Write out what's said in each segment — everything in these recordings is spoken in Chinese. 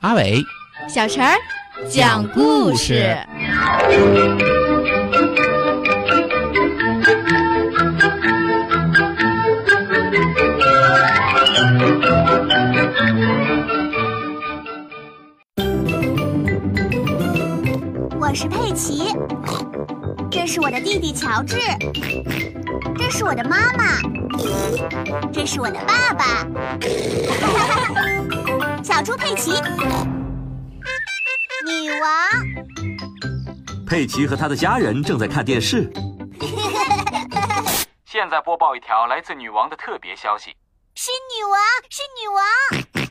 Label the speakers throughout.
Speaker 1: 阿伟、
Speaker 2: 小陈儿讲故事。
Speaker 3: 我是佩奇，这是我的弟弟乔治，这是我的妈妈，这是我的爸 爸，小猪佩奇，女王，
Speaker 4: 佩奇和他的家人正在看电视。
Speaker 5: 现在播报一条来自女王的特别消息：
Speaker 3: 是女王，是女王，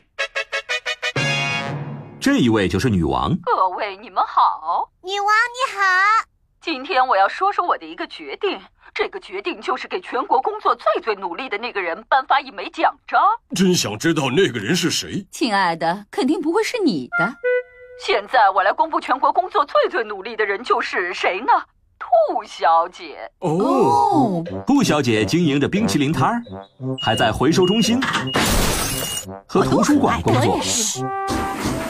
Speaker 4: 这一位就是女王，
Speaker 6: 各位，你们好。
Speaker 3: 女王你好。
Speaker 6: 今天我要说说我的一个决定，这个决定就是给全国工作最最努力的那个人颁发一枚奖章。
Speaker 7: 真想知道那个人是谁。
Speaker 2: 亲爱的，肯定不会是你的。
Speaker 6: 现在我来公布全国工作最最努力的人就是谁呢？兔小姐。
Speaker 7: 哦，
Speaker 2: 哦，
Speaker 4: 顾小姐经营着冰淇淋摊儿，还在回收中心和图书馆工作。
Speaker 2: 是。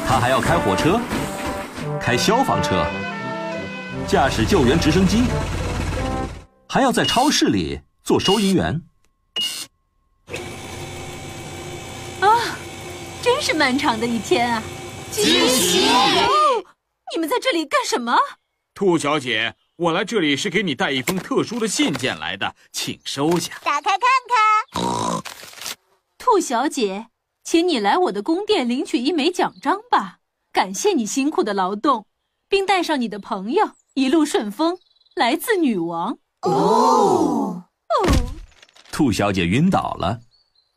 Speaker 4: 她还要开火车，开消防车，驾驶救援直升机，还要在超市里做收银员。
Speaker 2: 真是漫长的一天啊！惊喜！你们在这里干什么？
Speaker 5: 兔小姐，我来这里是给你带一封特殊的信件来的，请收下。
Speaker 3: 打开看看，
Speaker 2: 兔小姐，请你来我的宫殿领取一枚奖章吧，感谢你辛苦的劳动，并带上你的朋友，一路顺风。来自女王，
Speaker 4: 兔小姐晕倒了。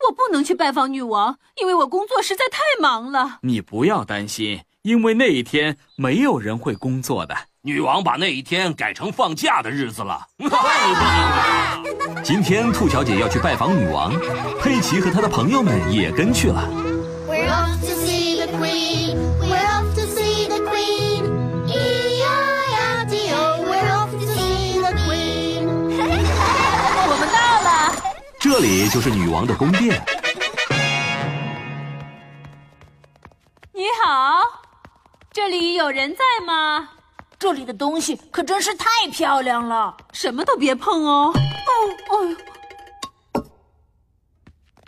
Speaker 2: 我不能去拜访女王，因为我工作实在太忙了。
Speaker 5: 你不要担心，因为那一天没有人会工作的。
Speaker 8: 女王把那一天改成放假的日子了。
Speaker 4: 今天兔小姐要去拜访女王，佩奇和她的朋友们也跟去了。
Speaker 9: We're off to see the queen. We're off to see the queen. E E-I-R-T-O. We're off to see the queen.
Speaker 2: 我们到了，
Speaker 4: 这里就是女王的宫殿，
Speaker 2: 你好，这里有人在吗？这里的东西可真是太漂亮了，什么都别碰哦。哦哦，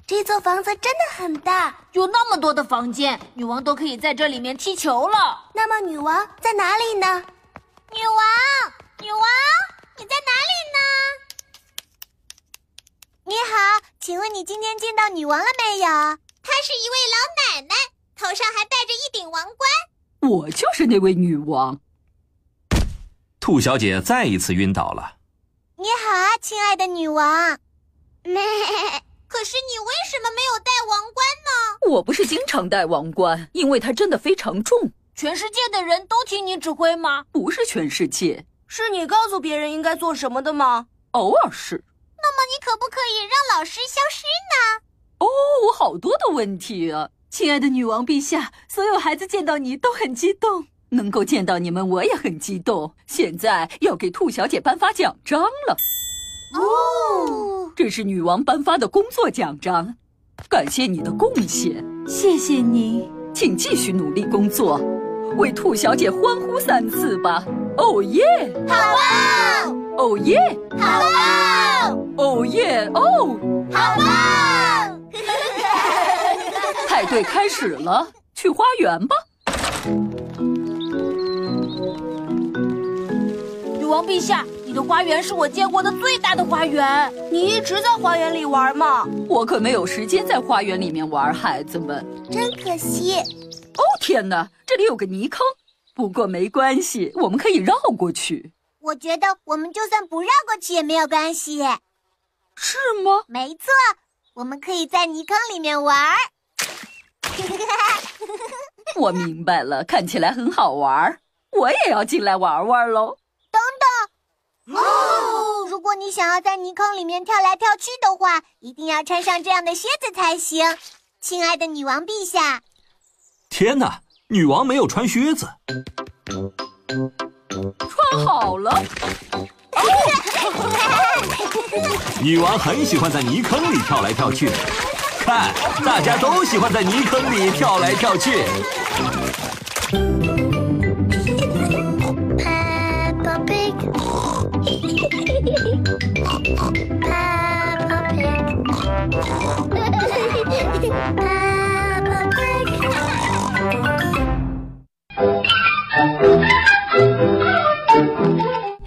Speaker 3: 这座房子真的很大。
Speaker 2: 有那么多的房间，女王都可以在这里面踢球了。
Speaker 3: 那么女王在哪里呢？女王，女王，你在哪里呢？你好，请问你今天见到女王了没有？她是一位老奶奶，头上还戴着一顶王冠。
Speaker 6: 我就是那位女王。
Speaker 4: 兔小姐再一次晕倒了。
Speaker 3: 你好啊，亲爱的女王。 可是你为什么没有戴王冠呢？
Speaker 6: 我不是经常戴王冠，因为它真的非常重。
Speaker 2: 全世界的人都听你指挥吗？
Speaker 6: 不是全世界，
Speaker 2: 是你告诉别人应该做什么的吗？
Speaker 6: 偶尔是。
Speaker 3: 你可不可以让老师消失呢？
Speaker 6: 哦，我好多的问题啊！
Speaker 2: 亲爱的女王陛下，所有孩子见到你都很激动。
Speaker 6: 能够见到你们，我也很激动。现在要给兔小姐颁发奖章了。
Speaker 3: 哦，
Speaker 6: 这是女王颁发的工作奖章，感谢你的贡献，
Speaker 2: 谢谢您，
Speaker 6: 请继续努力工作，为兔小姐欢呼三次吧！哦耶！
Speaker 3: 好棒！
Speaker 6: 哦耶！
Speaker 3: 好棒！
Speaker 6: 哦耶！哦，
Speaker 3: 好棒！
Speaker 6: 派对开始了，去花园吧。
Speaker 2: 女王陛下，你的花园是我见过的最大的花园。你一直在花园里玩吗？
Speaker 6: 我可没有时间在花园里面玩，孩子们。
Speaker 3: 真可惜，
Speaker 6: 哦天哪，这里有个泥坑，不过没关系，我们可以绕过去，
Speaker 3: 我觉得我们就算不绕过去也没有关系。
Speaker 6: 是吗？
Speaker 3: 没错，我们可以在泥坑里面玩儿。
Speaker 6: 我明白了，看起来很好玩儿，我也要进来玩玩喽。
Speaker 3: 哦，如果你想要在泥坑里面跳来跳去的话，一定要穿上这样的靴子才行。亲爱的女王陛下，
Speaker 4: 天哪，女王没有穿靴子，
Speaker 6: 穿好了，
Speaker 4: 女王很喜欢在泥坑里跳来跳去，看，大家都喜欢在泥坑里跳来跳去。
Speaker 9: Peppa Pig. Peppa Pig. Peppa Pig.